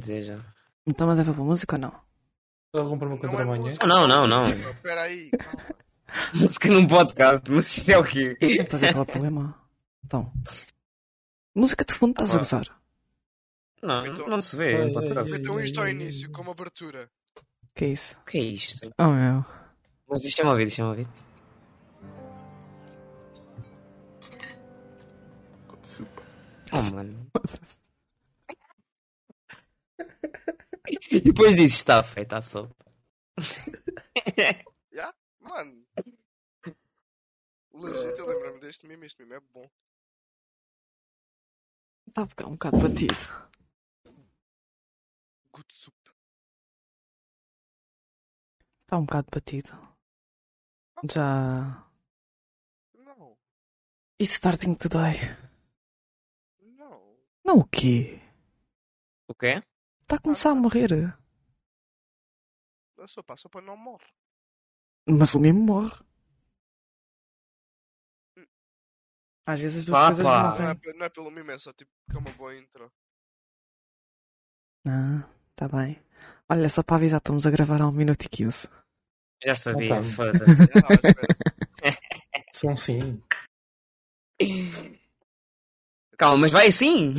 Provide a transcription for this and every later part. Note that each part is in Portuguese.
dizer já. Então, mas é para música ou não? Algum problema contra é amanhã? música. Não, não, não. Espera aí, calma. Música num podcast, mas é o quê? Não está a ver qual é o problema. Então. Música de fundo tá estás a Ah. gozar. Não, Então- não se vê. Não pode ser assim. Então isto ao início, como abertura. Que é isso? O que é isto? Oh meu. Mas deixa-me ouvir, deixa-me ouvir. Oh, mano. E depois dizes, está feita a sopa. Mano. Legítimo, eu lembro-me deste meme, este meme é bom. Está a ficar um bocado batido. Good soup. Está um bocado batido. Já. Não, It's starting today. não. Não o quê? O quê? Está a começar a morrer. A sopa, a sopa não morre. Mas o mesmo morre. Às vezes as duas Pá, coisas pá. Não é, morrem. pe- não é pelo meme, é só tipo que é uma boa intro. Ah, tá bem. Olha, só para avisar, estamos a gravar há 1 minuto e 15. Já sabia, Então. foda-se. Já estava à É espera. São sim. Calma, mas vai assim?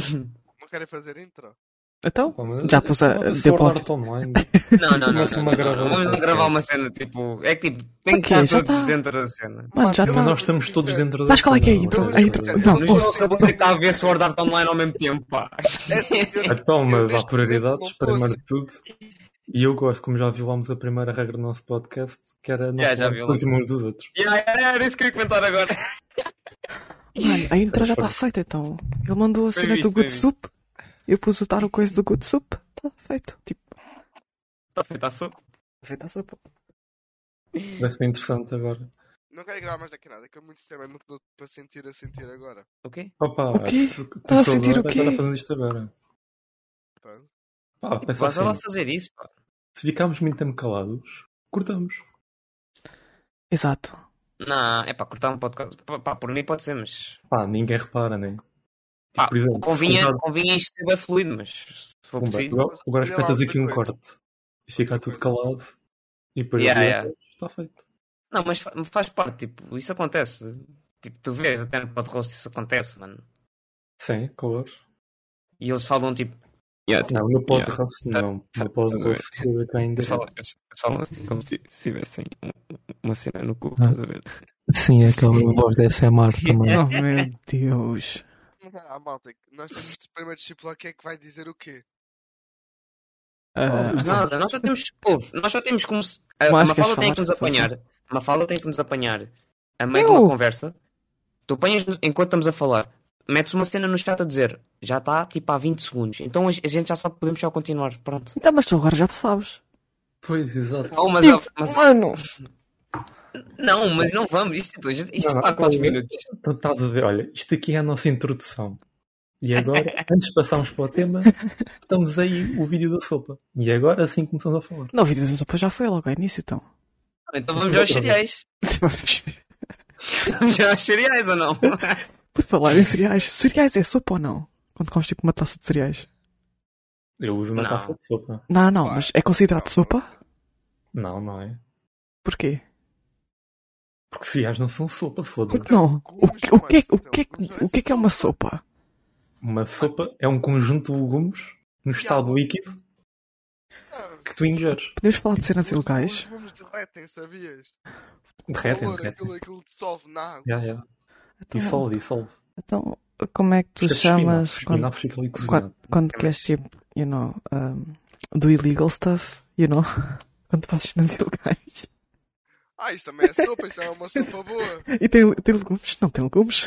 Não querem fazer intro? Então? Como- Já pus a- Como deu Sword para- Art Online. Não, não, não. Começa não, uma não, gravação. não. Vamos não gravar uma cena tipo. É que tipo, tem que Ok, estar já todos tá. dentro da cena. Mano, já eu tá- Mas lembro-me nós estamos disto, todos é- dentro da Sabes qual é que é a cena, intro? não A intro- Sério. não, Mas eu acabou de estar a ver Sword Art Online ao mesmo tempo, pá. É assim, eu- Então, eu mas há neste prioridades, momento não primeiro de tudo. E eu gosto, como já violámos a primeira regra do nosso podcast, que era não Já, já falar violamos. depois uns dos outros. Yeah, yeah, yeah, era isso que eu ia comentar agora. Mano, a intro já está feita então. Ele mandou a Foi cena visto, do foi Good visto. Soup. Eu pus a dar o coisa do Good Soup. Está feito. Tipo, Está Tá feito a sopa. feita a sopa. Vai ser interessante agora. Não quero gravar mais daqui nada, que é muito estranho, é muito louco para sentir a sentir agora. O quê? Opa, O quê? começou Estás a sentir agora, o quê? Agora fazendo isto agora. Pá. Pá, pensa Vais lá assim, fazer isso, pá. se ficarmos muito tempo calados, cortamos. Exato. Não, é pá, cortar um podcast. Pá, pá, por mim pode ser, mas. Pá, ninguém repara, né? Pá, Por exemplo, um convinha, cortar- convinha isto ser bem fluido, mas se for Pumba. preciso. Agora- Agora Olha lá, espetas aqui um outra coisa. corte. E fica tudo calado. E depois Yeah, adiantas, yeah. está feito. Não, mas fa- faz parte, tipo, isso acontece. Tipo, tu vês até no podcast isso acontece, mano. Sim, claro. E eles falam tipo. Não, no podcast não. Tá- No podcast que ainda. Eles falam, eles- eles falam assim como se, se tivessem um- uma cena no cu, Ah. estás a ver? Sim, é aquele voz da SMR também. Oh meu Deus. Mas há- há Ah, malta, é que nós temos de primeiro discipular quem é que vai dizer o quê. Ah, Mas nada, nós só temos. Ouve, nós só temos como. se- A, Mas uma queres fala tem falar? que nos apanhar. Uma fala tem que nos apanhar a meio Eu? de uma conversa. Tu apanhas enquanto estamos a falar. Metes uma cena no chat a dizer já está tipo há 20 segundos. Então a, a gente já sabe que podemos só continuar. Pronto. então, mas tu agora já sabes. Pois, exato. Não, mas, é- Tipo, mas- Mano! não, mas não vamos. Isto, é isto, isto Não, há 4 não. minutos. Tu estás a ver, olha, isto aqui é a nossa introdução. E agora, antes de passarmos para o tema, estamos aí o vídeo da sopa. E agora sim começamos a falar. Não, o vídeo da sopa já foi logo ao início então. Então vamos aos cereais. Vamos aos cereais ou não? Por falar em cereais, cereais é sopa ou não? Quando comes tipo uma taça de cereais? Eu uso uma Não. taça de sopa. Não, não, Pá. mas é considerado sopa? Não, não é? Porquê? Porque cereais não são sopa, foda-se. Porque não. O que, o que, é- o que, é que- o que é que é uma sopa? Uma sopa é um conjunto de legumes no estado líquido Ah, que tu ingeres. Podemos falar de cenas os- Os ilegais? legumes derretem, sabias? Derrete, Calor, é, derrete. Aquilo, aquilo dissolve na água. Yeah, yeah. Então, Dissolve, dissolve. então, como é que tu Fica chamas espinafre, quando, espinafre fica ali cozinhado. quando, quando queres tipo, you know, um, do illegal stuff, you know? Quando fazes cenas ilegais? Ah, isso também é sopa, isso é uma sopa boa. E tem, tem legumes? Não tem legumes?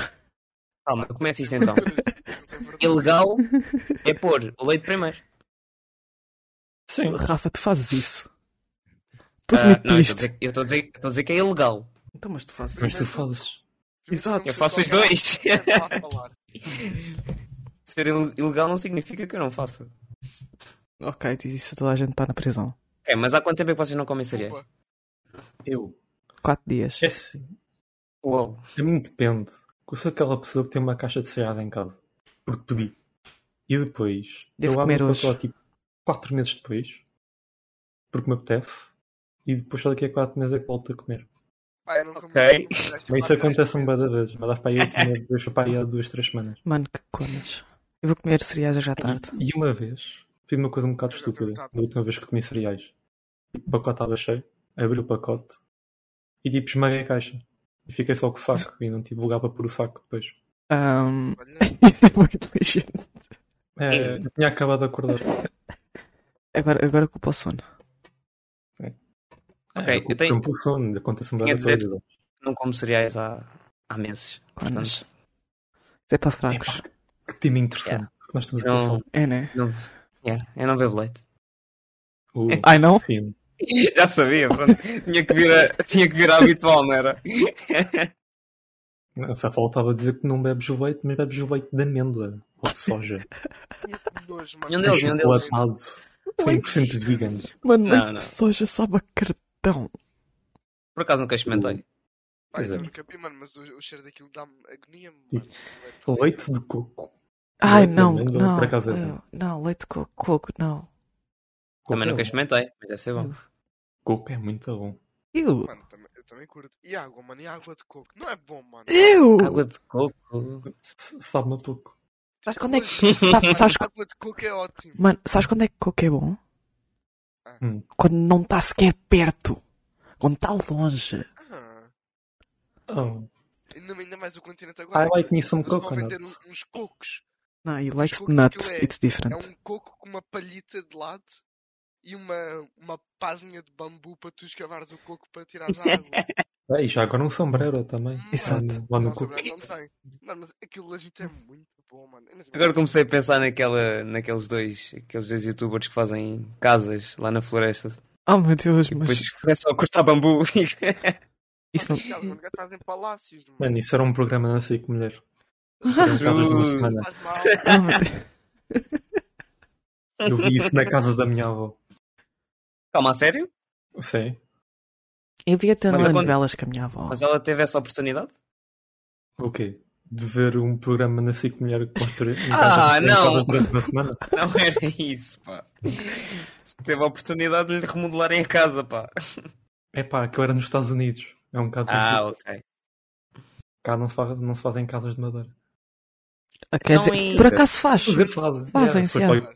Calma, começa isto então. Tem verdura. Ilegal é pôr o leite primeiro. Sim. Rafa, tu fazes isso. Tu Ah, não, eu estou a admitiste. dizer- eu estou a dizer- eu estou a dizer que é ilegal. Então, mas tu fazes Mas tu isso. fazes. Exato. Eu faço os dois. Vá É falar. Ser il- ilegal não significa que eu não faça. Ok, diz isso a toda a gente que está na prisão. É, mas há quanto tempo é que vocês não comem cereais? Opa, Eu. Quatro dias. É assim. Uou. A mim depende. Que eu sou aquela pessoa que tem uma caixa de cereais em casa. Porque pedi. E depois Devo eu abro comer o hoje. pacote tipo, quatro meses depois, porque me apetece, e depois só daqui a quatro meses é que volto a comer. Pá, eu não como- Ok. não como desta Mas isso um parte há acontece-me oito bada vez, mas dá para aí oito meses, deixa para aí há duas, três semanas. Mano, que conas. Eu vou comer cereais hoje à tarde. E uma vez, fiz uma coisa um bocado estúpida, da última vez que comi cereais. O pacote estava cheio, abri o pacote e tipo esmaguei a caixa. E fiquei só com o saco e não tive lugar para pôr o saco depois. Ahm, meses. Olha, isso é muito inteligente. É, eu tinha acabado de acordar. Agora, agora culpa o sono. Ok, é, eu tenho- Campo sono, ainda um acontece uma Tinha bada de dizer- vez. Não como cereais há, há meses. Portanto, Conas. Isso é para fracos. Epá, Que tema interessante que nós estamos aqui a Não. falar. É, né? não, yeah, eu não bebo leite. O então- Ai não? fim. Já sabia, pronto. Tinha que vir, a, tinha que vir a habitual, não era? Não, Só faltava dizer que não bebes leite, mas bebes leite de amêndoa ou de soja. que nojo, mano. Nenhum deles, nenhum deles. Chocolatado, 100% vegan. Mano, Não, leite não. de soja sabe a cartão. Por acaso nunca experimentei. Pá, eu Pois é. também nunca vi, mano, mas o, o cheiro daquilo dá-me agonia, mano. é Leite de coco. Ai Leite de não, amêndoa, não. por acaso é eu- bom. não, leite de co- coco, não. Também Coco nunca é bom. experimentei, mas deve ser bom. Coco é muito bom. Eu? Mano, também- eu também curto. E água, mano, e água de coco? Não é bom, mano. Eu? Água de coco. S- Sabe-me a pouco. Tipo, Sabes quando é que. Nojo. Sabe, sabes, Mano, água de Ah. coco é ótimo. mano, sabes quando é que coco é bom? Hum. Quando não está sequer perto. Quando está longe. Ah, Oh, ainda, ainda mais o continente agora. I like me some Eles vão coconut. vender um- uns cocos. Não, e likes cocos, nut, aquilo é- it's different. É um coco com uma palhita de lado e uma, uma pazinha de bambu para tu escavares o coco para tirar a água. Ah, e já agora um sombrero também. Hum. Exato. Lá no- Lá no Nossa, coco. Bruno, não tem. Mano, mas aquilo da gente é muito bom, mano. Eu não sei Agora como- é comecei a pensar naquela, naqueles dois, aqueles dois youtubers que fazem casas lá na floresta. Oh meu Deus, E mas depois começam a cortar bambu. isso não. Cara, mano, gato fazem palácios, mano. Mano, isso era um programa na SIC, mulher. Faz Eram casas de uma Juro. semana. mal. Oh, meu Deus. Eu vi isso na casa da minha avó. Calma, a sério? Sei. Eu via até Mas nas eu quando- novelas com a minha avó. Mas ela teve essa oportunidade? O quê? De ver um programa na SIC, mulher, que construiu Ah, não. durante uma semana. Não era isso, pá. Teve a oportunidade de lhe remodelarem a casa, pá. É pá, que eu era nos Estados Unidos. É um bocado. Ah, ok. Cá não se, faz- não se fazem casas de madeira. Ah, Quer Então, dizer, e- por acaso faz? Os gatos fazem. Fazem, É, sim. foi para,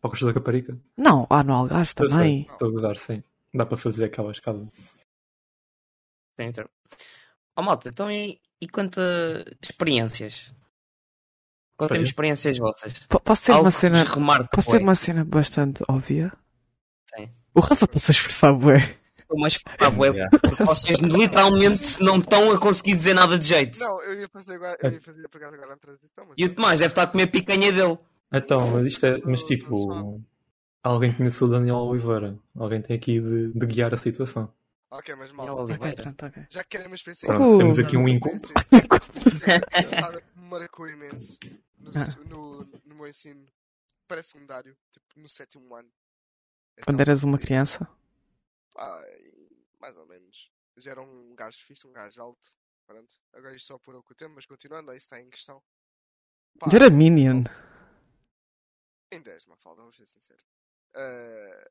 para o Costa da Caparica. Não, há no Algarve Eu sei, também. Estou a gozar, sim. Dá para fazer aquelas casas. Sim, então. Ó malta, então e, e quanto a experiências? Contem-me Experiências? experiências vossas. Po- Posso ter Algo uma que cena. vos remarque, Posso bué. ter uma cena bastante óbvia? Sim. O Rafa está-se a esforçar, bué. Estou é mais focado, bué, porque vocês literalmente não estão a conseguir dizer nada de jeito. Não, eu ia fazer agora, eu ia fazer pegar agora a transição, mas E o Tomás é deve estar a comer a picanha dele. Então, mas isto é. Mas Não tipo. Alguém conhece o Daniel Oliveira. Alguém tem aqui de, de guiar a situação. Ok, mas Ela mal. é, vai. Ok, pronto, ok. Já que queremos pensar Pronto, Uh. temos aqui um encontro. me marcou imenso no, Ah. no, no meu ensino pré-secundário, tipo no sétimo ano. Quando Então, eras uma criança? pá, e- mais ou menos. Já era um gajo fixe, um gajo alto. Pronto. Agora isto só por o tema, mas continuando, isso está em questão. Pá, Eu era Minion. Em 10, Mafalda, vou ser sincero. Ah,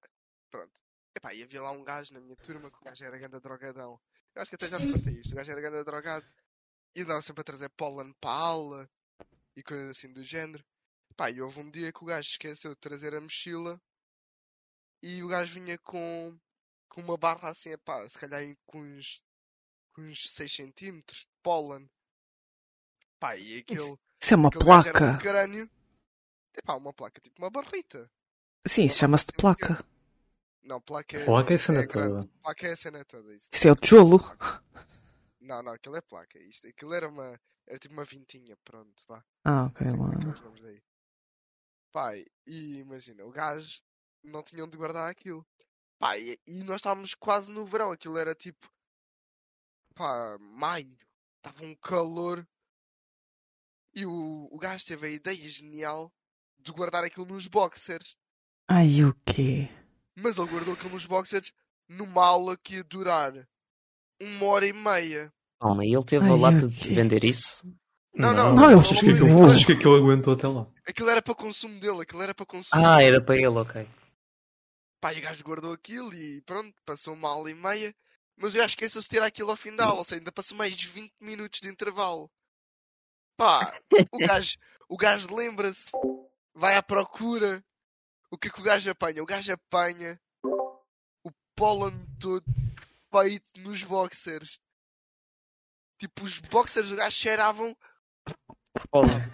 pronto. Epá, e havia lá um gajo na minha turma que o gajo era ganda drogadão. Eu acho que até já te contei isto. O gajo era ganda drogado e andava sempre a trazer pólen para a aula e coisas assim do género. Epá, e houve um dia que o gajo esqueceu de trazer a mochila e o gajo vinha com, com uma barra assim, epá, se calhar aí com uns, com uns 6 centímetros de pólen. Pá, e aquele. Isso é uma Aquele gajo era um placa. crânio. Epá, uma placa, tipo uma barrita. Sim, isso chama-se de placa. Não, placa é. Placa é a cena grande. toda. Placa é a cena toda. Isso, Isso é o tijolo. Não, não, aquilo é placa. Isto, aquilo era uma. Era tipo uma vintinha, pronto, vá. Ah, Não ok, sei como é que é mano. os nomes daí. Pai, e imagina, o gajo não tinha onde guardar aquilo. Pá, e, e nós estávamos quase no verão, aquilo era tipo. Pá, maio. Estava um calor. E o, o gajo teve a ideia genial de guardar aquilo nos boxers. Ai, o quê? Mas ele guardou aquilo nos boxers numa aula que ia durar uma hora e meia. Calma, e ele teve Ai, a lata ok. de vender isso? Não, não, Não, ele Achas que, aquilo, Não. achas que aquilo aguentou até lá? Ah, Aquilo era para consumo dele, aquilo era para consumo. Ah, era para ele, ok. Pá, e o gajo guardou aquilo e pronto, passou uma aula e meia. Mas eu acho que se de tirar aquilo ao fim da aula, ou seja, ainda passou mais 20 minutos de intervalo. Pá, o gajo, o gajo lembra-se, vai à procura. O que é que o gajo apanha? O gajo apanha o pólen todo peito nos boxers. Tipo, os boxers do gajo cheiravam. Olá.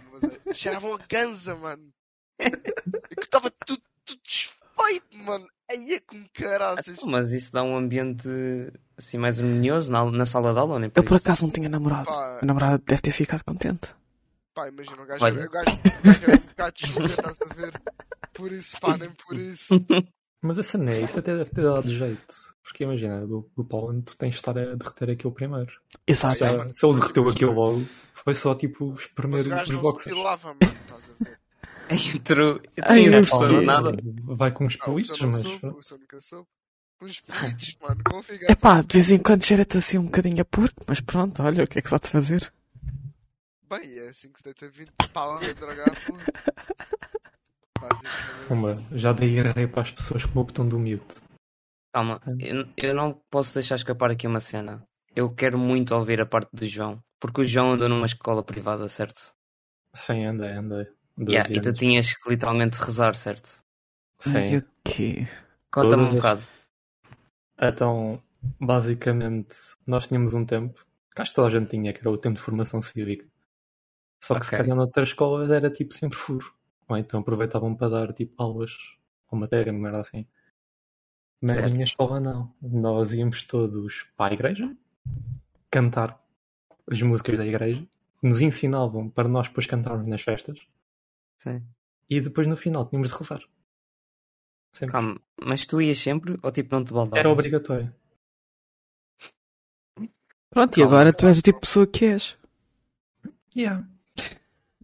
Cheiravam a ganza, mano. Que estava tudo, tudo desfeito, mano. Aí é como caraças. Mas isso dá um ambiente assim mais harmonioso na, na sala de aula, nem Eu por por isso. acaso não tinha namorado. Pá, A namorada deve ter ficado contente. pá imagina, o gajo, Olha. o gajo, o gajo era um bocado de chuva, estás a ver? Por isso, pá, nem por isso. Mas essa não é, isso até deve ter dado jeito. Porque imagina, do, do pólen tu tens de estar a derreter aquilo primeiro. Exato. Ah, Já, mano, se ele tu- derreteu mas- aquilo logo, foi só tipo Mas espremer o os gajo não se boxers. pilava, mano, estás a ver? Entrou. Ai, Tem eu Pá, impressão sei. nada. Vai com os Ah, o pelitos, Só não mas. soube, o Só nunca soube. Com os pelitos, mano, configado. Epá, de vez em quando cheira-te assim um bocadinho a porco, mas pronto, olha, o que é que se há de fazer? Bem, é assim que se deita 20 pau a drogar, pô. Basicamente. assim. Pumba, já dei errei para as pessoas com o botão do mute. Calma, eu, eu não posso deixar escapar aqui uma cena. Eu quero muito ouvir a parte do João. Porque o João andou numa escola privada, certo? Sim, andei, andei. Dois Yeah, e tu anos. tinhas que literalmente rezar, certo? Ai, Sim. o quê? Conta-me um Todas bocado. Então, basicamente, nós tínhamos um tempo, que acho que toda a gente tinha, que era o tempo de formação cívica. Só que se Ok. calhar noutras escolas era tipo sempre furo. Ou então aproveitavam para dar tipo aulas ou matéria, uma merda assim. Na Certo. minha escola não. Nós íamos todos para a igreja cantar as músicas da igreja. Nos ensinavam para nós depois cantarmos nas festas. Sim. E depois no final tínhamos de rezar. Sempre. Calma, mas tu ias sempre ou tipo não te baldava? Era obrigatório. Pronto, e Calma. agora tu és o tipo de pessoa que és.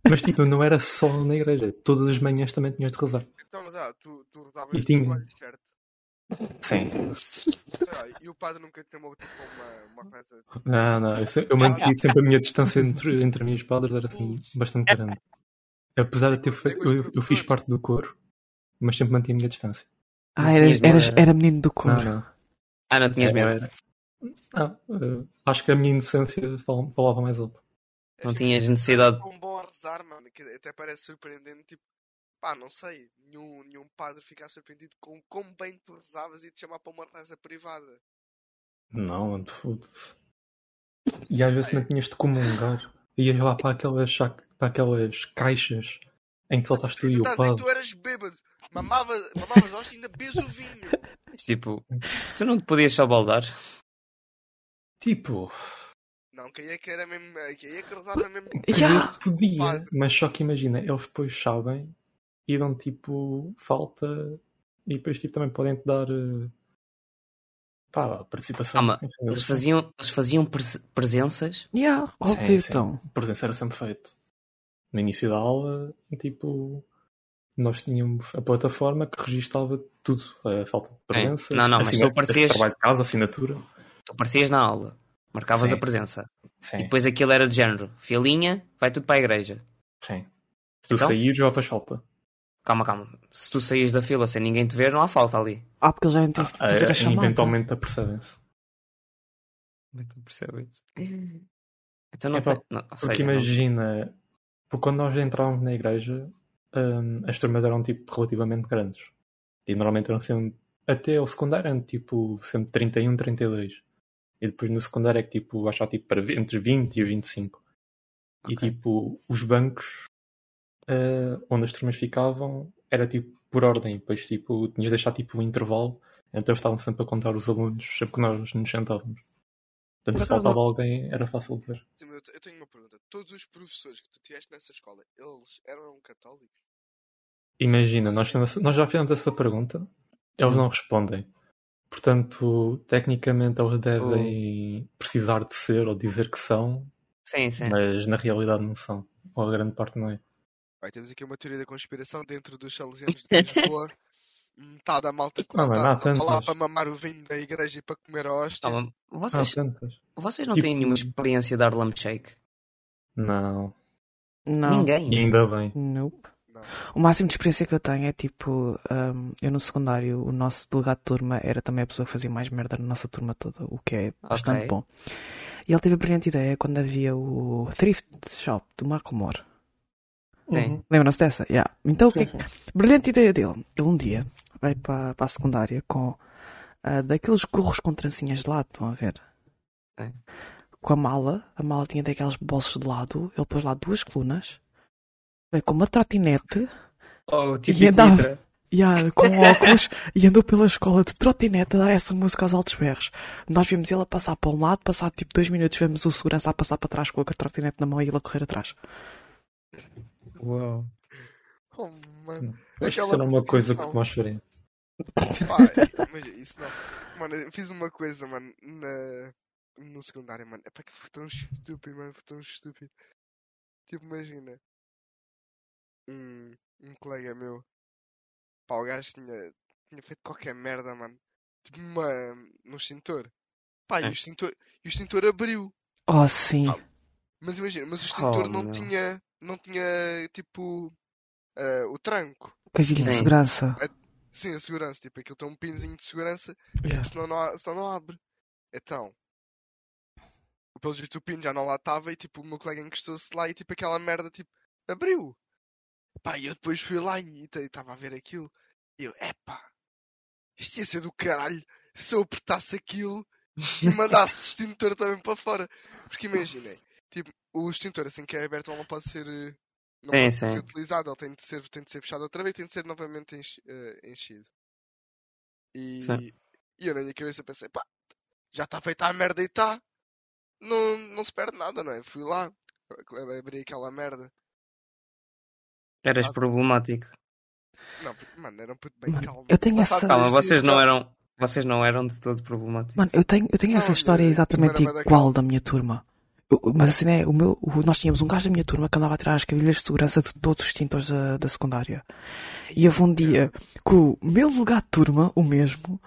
Mas tipo, não era só na igreja. Todas as manhãs também tinhas de rezar. Então, já, tu, tu rezavas E os tinha- joelhos, certo? Sim. Sei lá, e o padre nunca te chamou tipo uma, uma é coisa Não, não. Eu, se- eu Ah, mantive sempre a minha distância entre, entre mim e os padres. Era assim, bastante grande. Apesar de ter feito... Eu, eu fiz parte do coro. Mas sempre mantive a minha distância. Ah, Mas eras, tinhas medo, eras- era? era menino do Não, coro. não. Ah, não tinhas Eu medo? era- Não, eh, acho que a minha inocência fal- falava mais alto. Não tinhas necessidade. tipo, é tão bom a rezar, mano, que até parece surpreendente, tipo, pá, não sei, nenhum, nenhum padre ficar surpreendido com como bem tu rezavas e te chamar para uma reza privada. Não, mano, foda E às vezes não tinhas de comungar. Ias lá para aquelas, cha- para aquelas caixas em que só estás tu e Tu o estás a padre. dizer que Tá, tu eras bêbado, mamava, mamavas hoje e ainda bebes o vinho. Tipo, tu não te podias só baldar? Tipo, Não, quem é que era mesmo, quem é que rezava mesmo? Ya! eu podia, Padre. mas só que imagina, eles depois sabem e dão tipo falta e depois tipo, também podem te dar eh, pá, participação. Calma, Enfim, Ah, Eles faziam, eles faziam pres- presenças? Ya, óbvio sim. então. presença era sempre feito. No início da aula, tipo, nós tínhamos a plataforma que registava tudo. A falta de presença, Não, não, mas assina- tu aparecias- trabalho de casa, assinatura. Tu aparecias na aula, marcavas Sim. a presença. Sim, E depois aquilo era de género: filinha, vai tudo para a igreja. sim. Se tu Então? saíres, já faz falta. Calma, calma. Se tu saís da fila sem ninguém te ver, não há falta ali. Ah, porque ele já não teve que fazer a Ah, chamada. eventualmente apercebem-se. Como é que percebes? Então não Epá, tem. Não, ou Porque seja, não- imagina, porque quando nós entrávamos na igreja, hum, as turmas eram tipo relativamente grandes. E normalmente eram sempre, até ao secundário, eram tipo sempre 31, 32. E depois no secundário é que tipo, acho que há, tipo para vi- entre 20 e 25. E Ok. tipo, os bancos ah, onde as turmas ficavam era tipo por ordem. Depois tipo, tinhas de deixar tipo um intervalo, então estavam sempre a contar os alunos, sempre que nós nos sentávamos. Portanto, Por se acaso faltava alguém, era fácil de ver. Sim, mas eu te- eu tenho uma pergunta. Todos os professores que tu tiveste nessa escola, eles eram católicos? Imagina, nós, nós já fizemos essa pergunta, eles não respondem. Portanto, tecnicamente eles devem precisar de ser ou dizer que são, Sim, sim. mas na realidade não são. Ou a grande parte não é. Bem, temos aqui uma teoria da conspiração dentro dos salesianos de Lisboa. Metade tá da malta que Não, mas lá há está lá tantas. para mamar o vinho da igreja e para comer a hóstia. Calma. Ah, Então, Vocês, tantas. vocês não Tipo- têm nenhuma experiência de dar lampshake? Não. Não. Ninguém. E ainda bem. Nope. dá. O máximo de experiência que eu tenho é tipo, hum, eu no secundário, o nosso delegado de turma era também a pessoa que fazia mais merda na nossa turma toda, o que é bastante Ok. bom. E ele teve a brilhante ideia quando havia o thrift shop do Macklemore. Sim. Uhum. Lembram-se dessa? Yeah. Então, o que é Sim, que- sim. brilhante ideia dele. Ele um dia vai para, para a secundária com ah, daqueles gorros com trancinhas de lado, estão a ver? Sim. Com a mala, a mala tinha daqueles bolsos de lado, ele pôs lá duas colunas, veio com uma trotinete. Oh, E andava. E há- com óculos e andou pela escola de trotinete a dar essa música aos altos berros. Nós vimos ele a passar para um lado, passar tipo dois minutos, vemos o segurança a passar para trás com a trotinete na mão e ele a correr atrás. Uau. Oh, mano. Eu Acho que Aquela Uhum. será uma coisa que profissão. nós faríamos. Pá, mas isso não. Mano, eu fiz uma coisa, mano, na... no secundário, mano. É para que foi tão estúpido, mano, foi tão estúpido. Tipo, imagina. Um, um colega meu, pá, o gajo tinha, tinha feito qualquer merda, mano. Tipo, uma, num extintor. Pá, e o É. extintor, e o extintor abriu. Oh, sim. Mas imagina, mas o extintor não Oh, meu. tinha, não tinha, tipo, ah, o tranco. Cavilho de Sim. segurança. Sim, a segurança. Tipo, aquilo tem um pinzinho de segurança É. senão não, a- senão não abre. Então, pelo jeito o pino já não lá estava e tipo, o meu colega encostou-se lá e tipo, aquela merda tipo, abriu. Pá, e eu depois fui lá e então, estava a ver aquilo. E eu, epá, isto ia ser do caralho se eu apertasse aquilo e mandasse o extintor também para fora. Porque imaginem, tipo, o extintor assim que é aberto ele não pode ser. eh, Não É, pode ser sim. reutilizado, ele tem de, ser, tem de ser fechado outra vez, tem de ser novamente enchi- eh, enchido. E, Certo. e eu na minha cabeça pensei, pá, já está feita a merda e está. Não, não se perde nada, não é? Fui lá, abri aquela merda. Eras Exato. problemático. Não, porque, mano, era um puto bem Mano, calmo. eu tenho Passado essa- dois Calma, vocês dias não já- eram. Vocês não eram de todo problemáticos. Mano, eu tenho, eu tenho Não, essa história minha exatamente turma era bué da igual calma. da minha turma. Eu- eu- Mas assim é, o meu, o- nós tínhamos um gajo da minha turma que andava a tirar as cavilhas de segurança de todos os extintores da, da secundária. E houve um dia que o meu lugar de turma, o mesmo,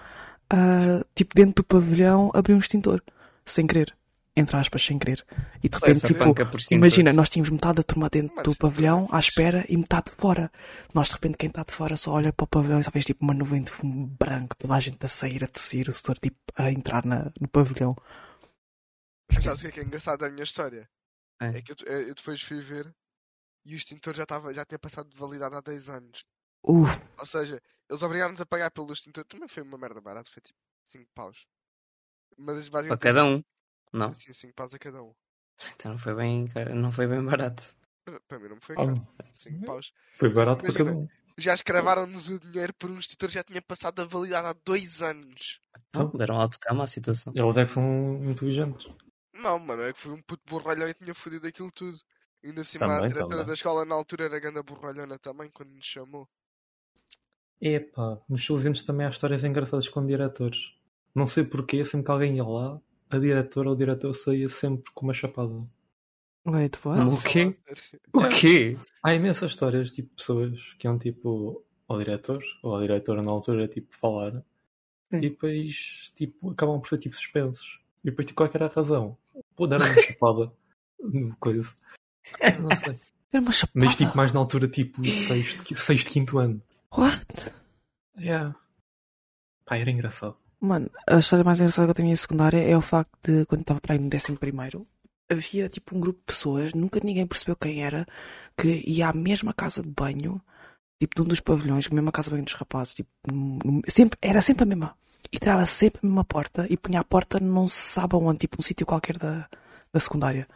ah, tipo dentro do pavilhão, abriu um extintor. Sem querer. Entre aspas, sem querer. E de repente, Essa sério? tipo, panca por cima. Imagina, nós tínhamos metade da turma dentro Mas do isso tudo é pavilhão à fixe. espera e metade fora. Nós de repente, quem está de fora só olha para o pavilhão e só vês tipo uma nuvem de fumo branco, toda a gente a sair, a tossir, o setor tipo a entrar na- no pavilhão. Mas sabes o que é que é engraçado da minha história? É. É, que eu, eu- eu depois fui ver e o extintor já, tava, já tinha passado de validade há dois anos. Uf, Ou seja, eles obrigaram-nos a pagar pelo extintor. Também foi uma merda barata, foi tipo 5 paus. Mas Para basicamente. cada um. Não, Sim, 5 paus a cada um. então não foi bem, cara, não foi bem barato. Para- Para mim não me foi Ah, caro. é. 5 paus. foi barato para Imagina. cada um. Já escravaram-nos o dinheiro por um extintor que já tinha passado a validade há dois anos. Então, Então. deram autocama à situação. Eles é que são inteligentes. Não, mano, é que foi um puto borralhão e tinha fodido aquilo tudo. Ainda por cima, a Também, diretora também. da escola na altura era ganda borralhona também, quando nos chamou. Epá, nos seus anos também há histórias engraçadas com diretores. Não sei porquê, sempre que alguém ia lá, a diretora ou o diretor saía sempre com uma chapada. wait, Não. what? O quê? Não, O quê? Há imensas histórias, tipo, pessoas que iam, tipo, ao diretor, ou à diretora na altura, tipo, falar, Sim. e depois, tipo, acabam por ser, tipo, suspensos. E depois, tipo, qual é que era a razão? Pô, deram uma chapada. no Coisa. Não sei. Era uma chapada. Mas, tipo, mais na altura, tipo, de sexto, qui- sexto, quinto ano. What? Yeah. Pá, era engraçado. Mano, a história mais engraçada que eu tenho em secundária é o facto de quando estava para aí no décimo primeiro, havia tipo um grupo de pessoas, nunca ninguém percebeu quem era, que ia à mesma casa de banho, tipo de um dos pavilhões, a mesma casa de banho dos rapazes, tipo, num- num- sempre, era sempre a mesma. E tirava sempre a mesma porta e punha a porta não se sabe onde, tipo um sítio qualquer da, da secundária.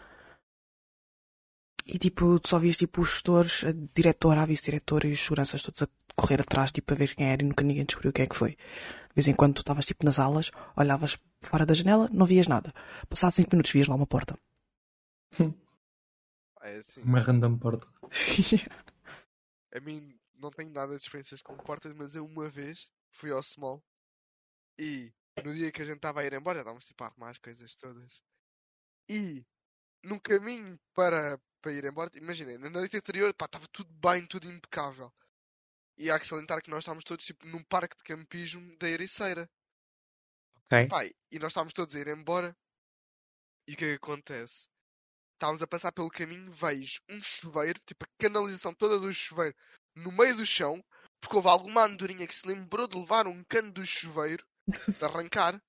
E tipo, tu só vias tipo os gestores, a diretora, a vice-diretora e os seguranças todos a correr atrás, tipo, a ver quem era e nunca ninguém descobriu quem é que foi. De vez em quando tu estavas tipo nas aulas, olhavas fora da janela, não vias nada. Passado 5 minutos vias lá uma porta. É assim. Uma random porta. A mim não tenho nada de experiências com portas, mas eu uma vez fui ao Small e no dia que a gente estava a ir embora, já estávamos tipo a arrumar as coisas todas. E no caminho para, para ir embora, imaginem, na noite anterior, pá, estava tudo bem, tudo impecável. E há que salientar que nós estávamos todos tipo num parque de campismo da Ericeira. Ok. Pá, e nós estávamos todos a ir embora. E o que é que acontece? Estávamos a passar pelo caminho, vejo um chuveiro, tipo a canalização toda do chuveiro, no meio do chão, porque houve alguma andorinha que se lembrou de levar um cano do chuveiro, de arrancar.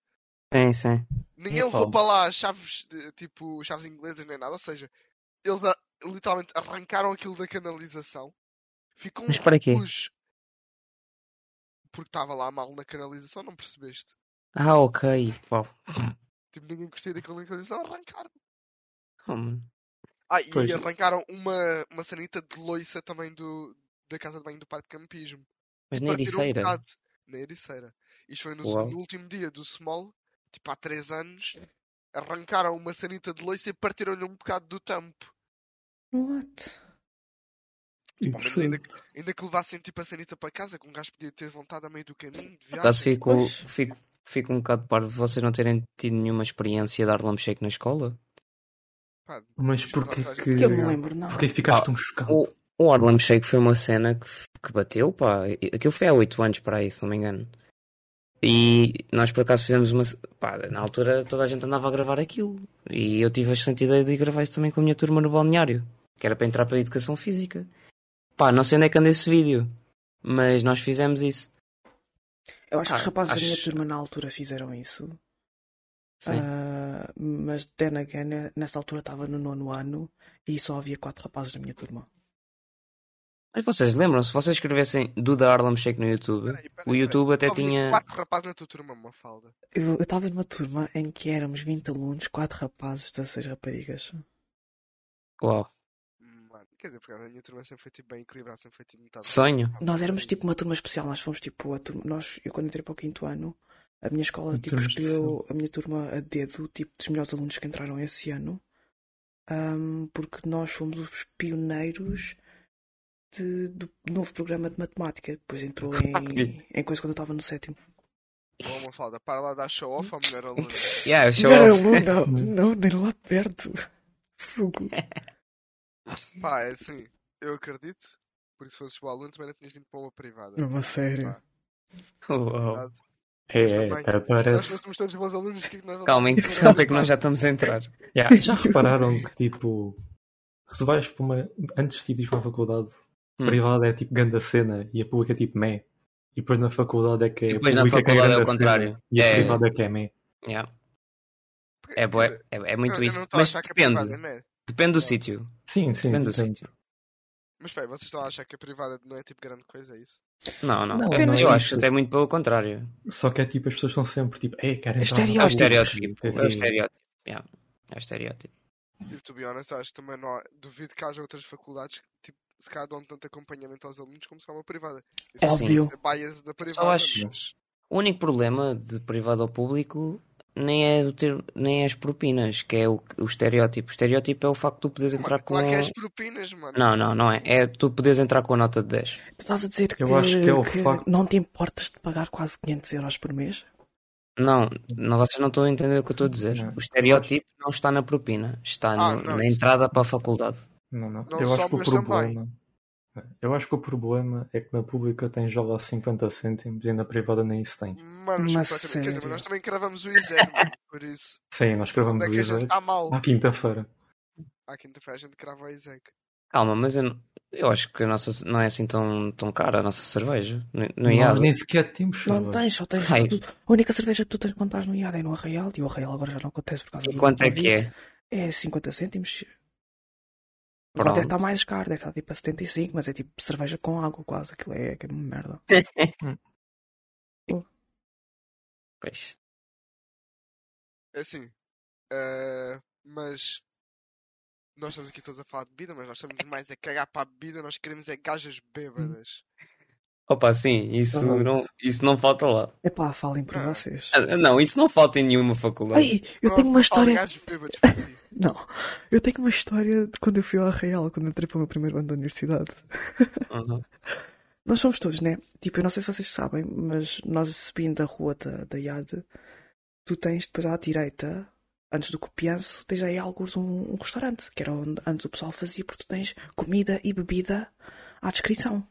Sim, sim. Ninguém Eu levou falo. para lá chaves, eh, tipo, chaves inglesas nem nada, ou seja, eles a- literalmente arrancaram aquilo da canalização. Ficou um Mas para quê? refúgio. Porque estava lá mal na canalização, não percebeste? Ah, ok. Uau. Tipo, ninguém gostia daquela canalização, arrancaram. Oh, mano. Ah, e Pois. arrancaram uma, uma sanita de loiça também do, da casa de banho do parque de campismo. Mas nem Partiram um ericeira. bocado na Ericeira. Isto foi no, Uau. no último dia do Small, tipo há 3 anos. Arrancaram uma sanita de loiça e partiram-lhe um bocado do tampo. What? Tipo, ao menos ainda, Interessante. ainda que levassem tipo a sanita para casa, que um gajo podia ter vontade a meio do caminho, de Caso viagem. fico, Pois. fico, fico um bocado parvo de vocês não terem tido nenhuma experiência de dar lampshake na escola. Pá, Mas isto é porquê está- está- que. Que eu me lembro, não. Porquê que ficaste tão chocado? Ah, O, o Harlem Shake foi uma cena que, f- que bateu, pá. E- Aquilo foi há 8 anos para aí, se não me engano. E nós por acaso fizemos uma. ce- Pá, na altura toda a gente andava a gravar aquilo. E eu tive a excelente ideia de gravar isso também com a minha turma no balneário. Que era para entrar para a educação física. Pá, não sei onde é que anda esse vídeo. Mas nós fizemos isso. Eu acho que os Ah, rapazes da minha acho- turma na altura fizeram isso. Sim. Ah, mas then again, eh, nessa altura estava no nono ano e só havia quatro rapazes da minha turma. Mas vocês lembram-se, se vocês escrevessem Duda Harlem Shake no YouTube, Peraí, peraí, o YouTube até peraí. Havia tinha. quatro rapazes na tua turma, uma falda. Eu eu estava numa turma em que éramos 20 alunos, quatro rapazes, 16 raparigas. Uau, Mano, quer dizer, porque a minha turma sempre foi tipo bem equilibrada, sempre foi tipo metade. sonho. Nós éramos tipo uma turma especial, nós fomos tipo a turma. Nós, eu quando entrei para o quinto ano, a minha escola Uma tipo, turma escolheu a minha turma a dedo, tipo, dos melhores alunos que entraram esse ano, ahm, porque nós fomos os pioneiros de- do novo programa de matemática. Depois entrou em, em coisa quando eu estava no sétimo. Ou uma falda, para lá dar show off ao melhor aluno. Yeah, show não era off. aluno, não, nem lá perto. Fogo. Pá, é assim, eu acredito, porque se fosses bom aluno também não tinhas vindo para uma privada. Não, a sério. Pá, Uau. verdade. É, Mas também, é, Nós parece. fôssemos todos bons alunos, o que é que nós não Calma, em que salto é que nós já estamos a entrar? Yeah, Ah, já repararam que tipo. Se vais para uma. Antes tipo, de ir para a faculdade, Hum. privada é tipo grande cena e a pública é tipo meh. E depois na faculdade é que é. E depois na pública que faculdade é o grande contrário. cena, E a É. privada é que é meh. Yeah. Porque, É, quer bué- dizer, é, é muito eu- eu isso. não estou a Mas achar que a privada depende, é merda. depende do Não. sítio. Sim, sim. Depende do depende. sítio. Mas peraí, vocês estão a achar que a privada não é tipo grande coisa, é isso? Não, não. Não, É- apenas eu isso. acho até muito pelo contrário. Só que é tipo, as pessoas são sempre tipo, ei, querem É entrar na É o estereótipo. pública." estereótipo. É tipo, o Sim. estereótipo. Yeah. É o estereótipo. Tipo, to be honest, acho que também não há- duvido que haja outras faculdades que tipo, se calhar dão tanto acompanhamento aos alunos como se calhar uma privada. Isso É pode assim. ser bias da privada, acho- mas O único problema de privado ao público nem é, o ter, nem é as propinas, que é o, o estereótipo. O estereótipo é o facto de tu poderes Mano, entrar com. um claro que é as propinas, mano. Não, não, não é. É tu poderes entrar com a nota de 10. Tu estás a dizer que, Eu acho que é o que facto- não te importas de pagar quase 500 euros por mês? Não, não, vocês não estão a entender o que eu estou a dizer. Não. O estereótipo não está na propina, está Ah, no- não, na isso- entrada para a faculdade. Não, não. Não eu só, acho que o mas também. problema. é, Eu acho que o problema é que na pública tem jogo a 50 cêntimos e na privada nem isso tem. Mano, Mas completamente. Quer dizer, sério? mas nós também gravamos o exame, mano, por isso. Sim, nós Onde gravamos é o que a gente ISEC está mal? à quinta-feira. À quinta-feira a gente grava o Isaac. Calma, mas eu, não- eu acho que a nossa não é assim tão, tão cara a nossa cerveja. é No, no Nós IAD. nem sequer temos Não cerveja. tens, só tens. Ai. A única cerveja que tu tens quando estás no IAD é no Arraial, e o Arraial agora já não acontece por causa E do. quanto é que Covid. é? É 50 cêntimos. Agora deve Pronto. estar mais caro, deve estar tipo a 75, mas é tipo cerveja com água quase, aquilo é, que é uma merda. Pois. É assim. eh, mas. Nós estamos aqui todos a falar de bebida, mas nós estamos mais a cagar para a bebida, nós queremos é gajas bêbadas. Opa, sim, isso Ah. não, isso não falta lá. Epá, falem por Ah. vocês. Ah, Não, isso não falta em nenhuma faculdade. Ai, eu tenho uma Pronto, fala de história. Gajos bêbados para si. Não, eu tenho uma história de quando eu fui ao Arraial, quando entrei para o meu primeiro ano da universidade. Uhum. Nós somos todos, né? Tipo, eu não sei se vocês sabem, mas nós subindo a rua da, da IAD, tu tens depois à direita, antes do Copianço, tens aí alguns um, um restaurante, que era onde antes o pessoal fazia, porque tu tens comida e bebida à descrição.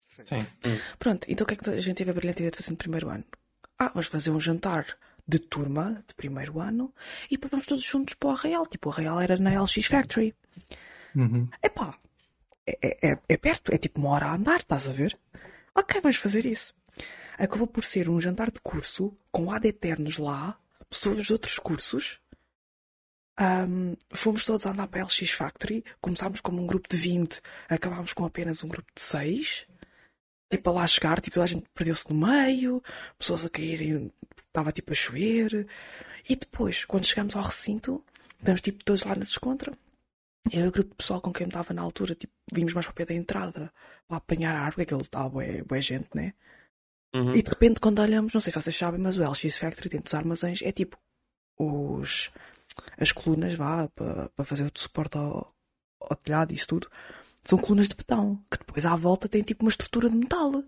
Sim. Sim. Pronto, então o que é que a gente teve a brilhante ideia de fazer no primeiro ano? Ah, vamos fazer um jantar de turma, de primeiro ano, e depois vamos todos juntos para o Arraial. Tipo, o Arraial era na LX Factory. Uhum. Epá, é, é, é perto, é tipo uma hora a andar, estás a ver? Ok, vamos fazer isso. Acabou por ser um jantar de curso com ad eternos lá, pessoas de outros cursos. Ahm, fomos todos a andar para a LX Factory. Começámos como um grupo de 20, acabámos com apenas um grupo de 6. Tipo, a lá chegar, tipo, toda a gente perdeu-se no meio, pessoas a caírem, estava tipo a chover. E depois, quando chegamos ao recinto, estamos tipo todos lá na descontra. Eu e o grupo de pessoal com quem eu estava na altura, tipo, vimos mais para o pé da entrada, lá apanhar a árvore, aquele estava bué, bué gente, né? Uhum. E de repente, quando olhamos, não sei se vocês sabem, mas o LX Factory dentro dos armazéns é tipo os, as colunas, vá, para para fazer o suporte ao, ao telhado e isso tudo, são colunas de betão, que depois à volta tem tipo uma estrutura de metal.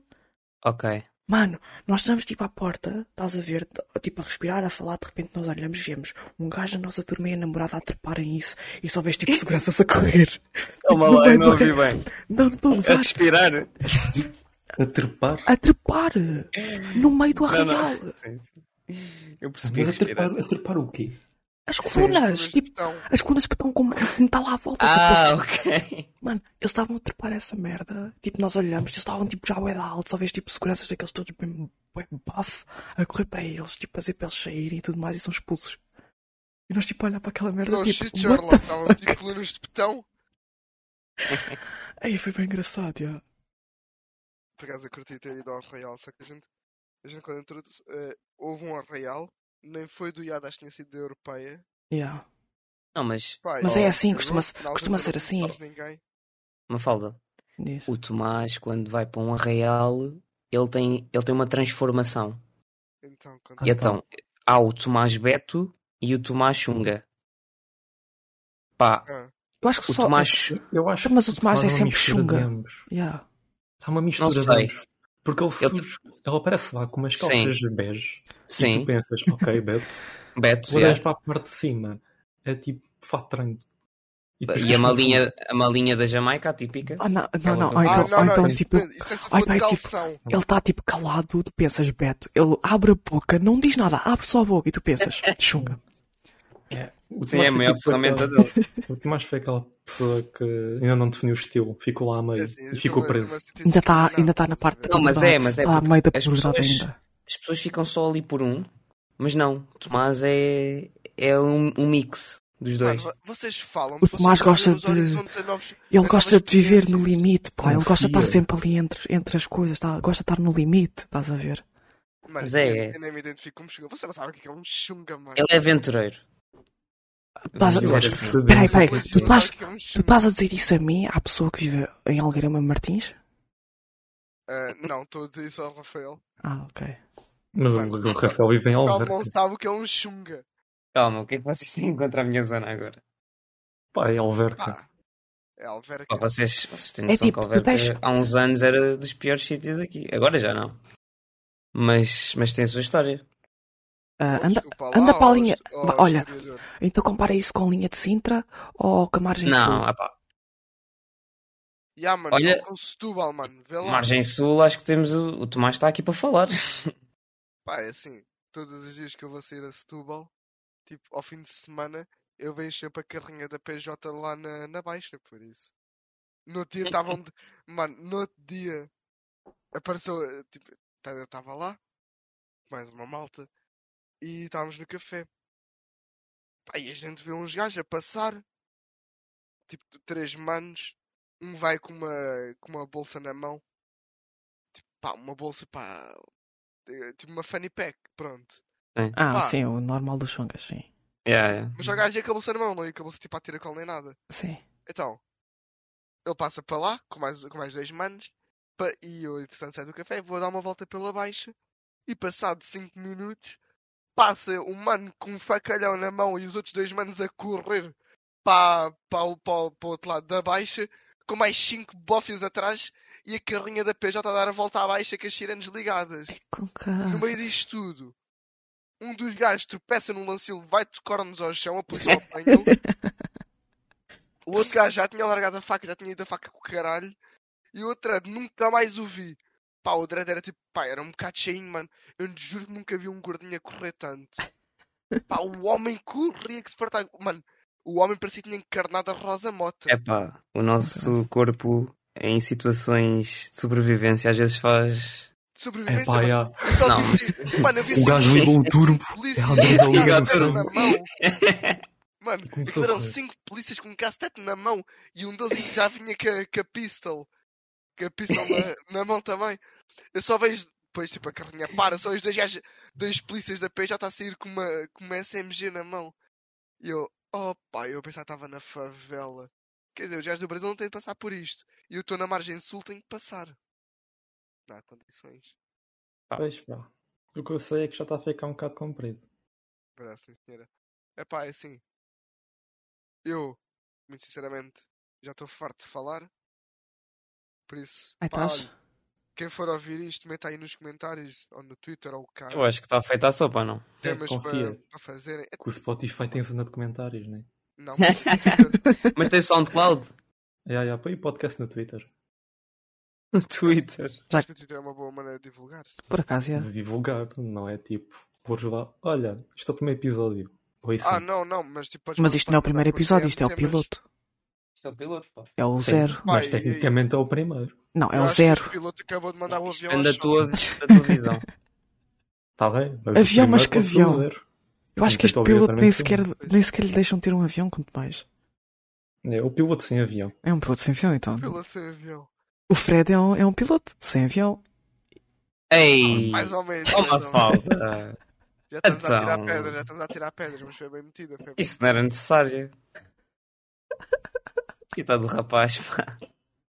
Ok. Mano, nós estamos tipo à porta, estás a ver, t- tipo a respirar, a falar, de repente nós olhamos e vemos um gajo da nossa turma e a namorada a treparem isso e só vês tipo seguranças a correr. Toma Não lá, vai eu não doer. ouvi bem. Não, não estou a A gozar, respirar. A trepar? a trepar no meio do Não, não. arraial. Sim, sim. Eu percebi Mas a respirar. trepar, a trepar o quê? As Colunas colunas, de tipo, betão. as colunas estão com metal à volta. Ah, tipo, ok. Mano, eles estavam a trepar essa merda. Tipo, nós olhamos, eles estavam tipo já bué da alto, só vês tipo seguranças daqueles todos bem bué buff a correr para eles, tipo, a dizer para eles saírem e tudo mais e são expulsos. E nós tipo a olhar para aquela merda No tipo, Oh, shit, what Sherlock. the Estavam fuck? tipo colunas de betão. Aí foi bem engraçado, já. Por acaso eu curti ter ido ao Arraial, só que a gente, a gente quando entrou, eh, houve um Arraial, nem foi do IAD, acho que tinha sido da Europeia. Yeah. Não, mas, Pá, Mas e- é assim, eu costuma- não- na costuma altura ser não assim. conhecíamos Ninguém. Mafalda, Diz. o Tomás, quando vai para um arraial, ele tem, ele tem uma transformação. Então, quando Ah. E então, há o Tomás Beto e o Tomás Xunga. Pá, Ah, Eu acho que o só. Tomás. Eu acho Mas que o Tomás é uma sempre mistura de chunga. ambos. Yeah. Está uma mistura de sei. ambos. Porque ele, Ele- surge, ele aparece lá com umas Sim. calças bege e tu Sim, é. pensas, ok, Beto, Beto. Tu olhas já. para a parte de cima, é tipo fato treino. depois E ficas a malinha, confuso. a malinha da Jamaica, a típica. Ah, não, não, Ela não. Ou tem- ah, então, não, ou não, então isso, tipo, depende, isso é se ai, for de pá, tipo, calção. ele está tipo calado, tu pensas, Beto, ele abre a boca, não diz nada, abre só a boca e tu pensas, chunga. É, o Sim, é a Tomás foi maior tipo ferramenta aquela- dele. O Tomás foi aquela pessoa que ainda não definiu o estilo, ficou lá a meio É assim, e ficou estou-me- preso. estou-me a sentir Ainda está ainda tá discriminado, na estás a parte ver? da Não, mas é, mas é Está a porque meio da as polaridade pessoas- ainda. As pessoas ficam só ali por um, mas não. Tomás é, é um, um mix dos dois. Mano, vo- vocês falam, O vocês Tomás abrem gosta os de- horizontes a novos- Ele a gosta novas de viver no experiências. limite, pá. Ele gosta de estar Confia. sempre ali entre, entre as coisas, tá? gosta de estar no limite, estás a ver? Mano, Mas eu é- nem- eu nem me identifico como chunga. Você não sabe o que é um chunga, mano. Ele é aventureiro. Estás Vamos a... dizer Eu acho assim. que- Peraí, peraí, Vocês tu não sabem estás, o que é um tu chunga. estás a dizer isso a mim, à pessoa que vive em Algueirama Martins? Ah, Não, estou a dizer isso ao Rafael. Ah, ok. Mas o, Mano, o Rafael vive em Ele não Alverca. sabe o que é um chunga. Calma, o que é que vocês têm contra a minha zona agora? Pá, é Alverca. Pá, é Alverca. Pá, vocês, vocês têm É noção tipo, que tu Alverca tens- há uns anos era dos piores sítios aqui. Agora já não. Mas, mas tem a sua história. Ah, Ou anda, desculpa lá, anda para a ou linha. est- ou Olha, historiador. então compara isso com a linha de Sintra ou com a margem Não, sul. ah pá, Ya, mano, olha- ou com Setúbal, mano. Vê lá. margem sul, acho que temos o, o Tomás está aqui para falar. Pá, é assim. Todos os dias que eu vou sair a Setúbal, tipo, ao fim de semana, eu venho sempre a carrinha da PJ lá na, na Baixa, por isso. No outro dia estavam. de- Mano, no outro dia apareceu. eh, Tipo, tá- eu estava lá, mais uma malta, e estávamos no café. Pá, e a gente vê uns gajos a passar, tipo, três manos. Um vai com uma, com uma bolsa na mão, tipo, pá, uma bolsa, pá, eh, tipo uma fanny pack, pronto. Ah, Pá. sim, o normal dos chungas, sim. Yeah, yeah. Mas o gajo acabou-se na mão, não acabou-se tipo a tira cola nem nada. Sim. Então, ele passa para lá, com mais, com mais dois manos, pa- e eu, entretanto, saio do café, vou dar uma volta pela baixa, e passado 5 minutos, passa um mano com um facalhão na mão e os outros dois manos a correr para, para, o- para, o- para o outro lado da baixa, com mais 5 bofias atrás, e a carrinha da PJ a dar a volta à baixa com as sirenes ligadas. Com No caralho. meio disto tudo, um dos gajos tropeça num lancilo, vai de cornos ao chão, a polícia apanha O outro gajo já tinha largado a faca, já tinha ido a faca com o caralho. E o outro dread nunca mais o vi. Pá, o dread era tipo, pá, era um bocado cheinho, mano. Eu juro que nunca vi um gordinho a correr tanto. Pá, o homem corria que se fartava. Mano, O homem parecia que tinha encarnado a Rosa Mota. É pá, o nosso corpo em situações de sobrevivência às vezes faz. De sobrevivência. Epá, é mano. já. Eu só Não. vi assim- Mano, eu vi O gajo ligou o turbo. polícias Ela deu com um um castete gato. na mão. Mano, Começou aquilo eram a correr. cinco polícias com um castete na mão e um deles já vinha com a, com a pistol. Com a pistol na, na mão também. Eu só vejo. Depois, tipo, a carrinha para, só os dois gajos, dois polícias da PJ a sair com uma, com uma SMG na mão. E eu, opa, eu pensava que estava na favela. Quer dizer, os gajos do Brasil não têm de passar por isto. E eu estou na margem sul, tenho de passar. Não há condições. Pois pá. O que eu sei é que já está a ficar um bocado comprido. Verdade, sim, senhora. Epá, é assim. Eu, muito sinceramente, já estou farto de falar. Por isso, Ai, pá, estás? olha, quem for ouvir isto, meta aí nos comentários, ou no Twitter, ou o cara, Eu acho que está feita a sopa, não? temas É, confia. para, para fazerem. É, Que o Spotify tem zona de comentários, né? Não, mas no Twitter, Mas tem SoundCloud Já, já, põe o podcast no Twitter. no Twitter. Já- acho que o Twitter é uma boa maneira de divulgar. Por acaso, é. De divulgar, não é tipo, vou lá, olha, isto é o primeiro episódio. Ou isso. Ah, não, não, mas tipo, podes Mas isto não é o primeiro episódio, isto é o piloto. Isto é o piloto, pá. É o Sim. zero. Mas Pai, tecnicamente é o primeiro. Não, é eu o acho que zero. O piloto acabou de mandar o um avião ao Depende da chão. tua, da tua visão. Está Tá bem? Mas o Avião, mas que primeiro pode ser o avião? zero. Eu acho que Então, este piloto nem obrigatoriamente, sequer, nem sequer lhe deixam ter um avião, quanto mais. É, o piloto sem avião. É um piloto sem avião, então. Piloto sem avião. O Fred é um, é um piloto sem avião. Ei! Mais ou menos. Ó, mais ou uma menos. falta! Já estamos a tirar Então. pedras, já estamos a tirar pedras, mas foi bem metida. Foi bem Isso não era necessário. Coitado do rapaz, pá.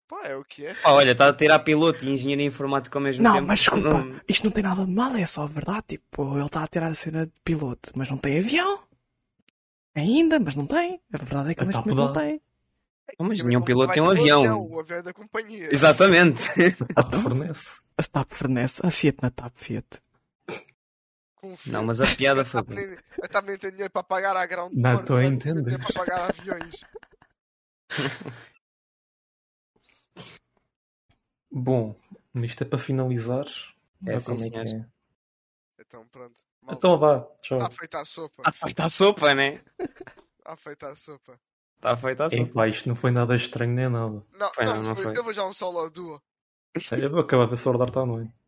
Pá, é o que é. Pá, olha, está a tirar piloto e engenheiro informático ao mesmo Não, tempo. mas desculpa, Não- isto não tem nada de mal, é só verdade. Tipo, ele está a tirar a cena de piloto, mas não tem avião. Ainda, mas não tem. A verdade é que Ah, neste tá momento não podado. tem. Mas Também nenhum como piloto vai tem um com avião. O avião é da companhia. Exatamente. Ah, fornece. A TAP fornece, a Fiat na TAP Fiat. Confio. Não, mas a piada foi. TAP nem- a TAP nem tem dinheiro para pagar a ground Não, force, tô a nem né? tem entender. dinheiro para pagar aviões. Bom, isto é para finalizar. É, Ah, sim, como que senhor. é? Então, pronto. Então Ah. vá, tchau. Está feita a sopa. Ah, Está feita a sopa, né? Está feita a sopa. Está feita a sopa. Epá, isto não foi nada estranho nem nada. Não, Foi, não, não, não foi. foi. Eu vou já um solo ou duas. Eu vou acabar a sorte à noite.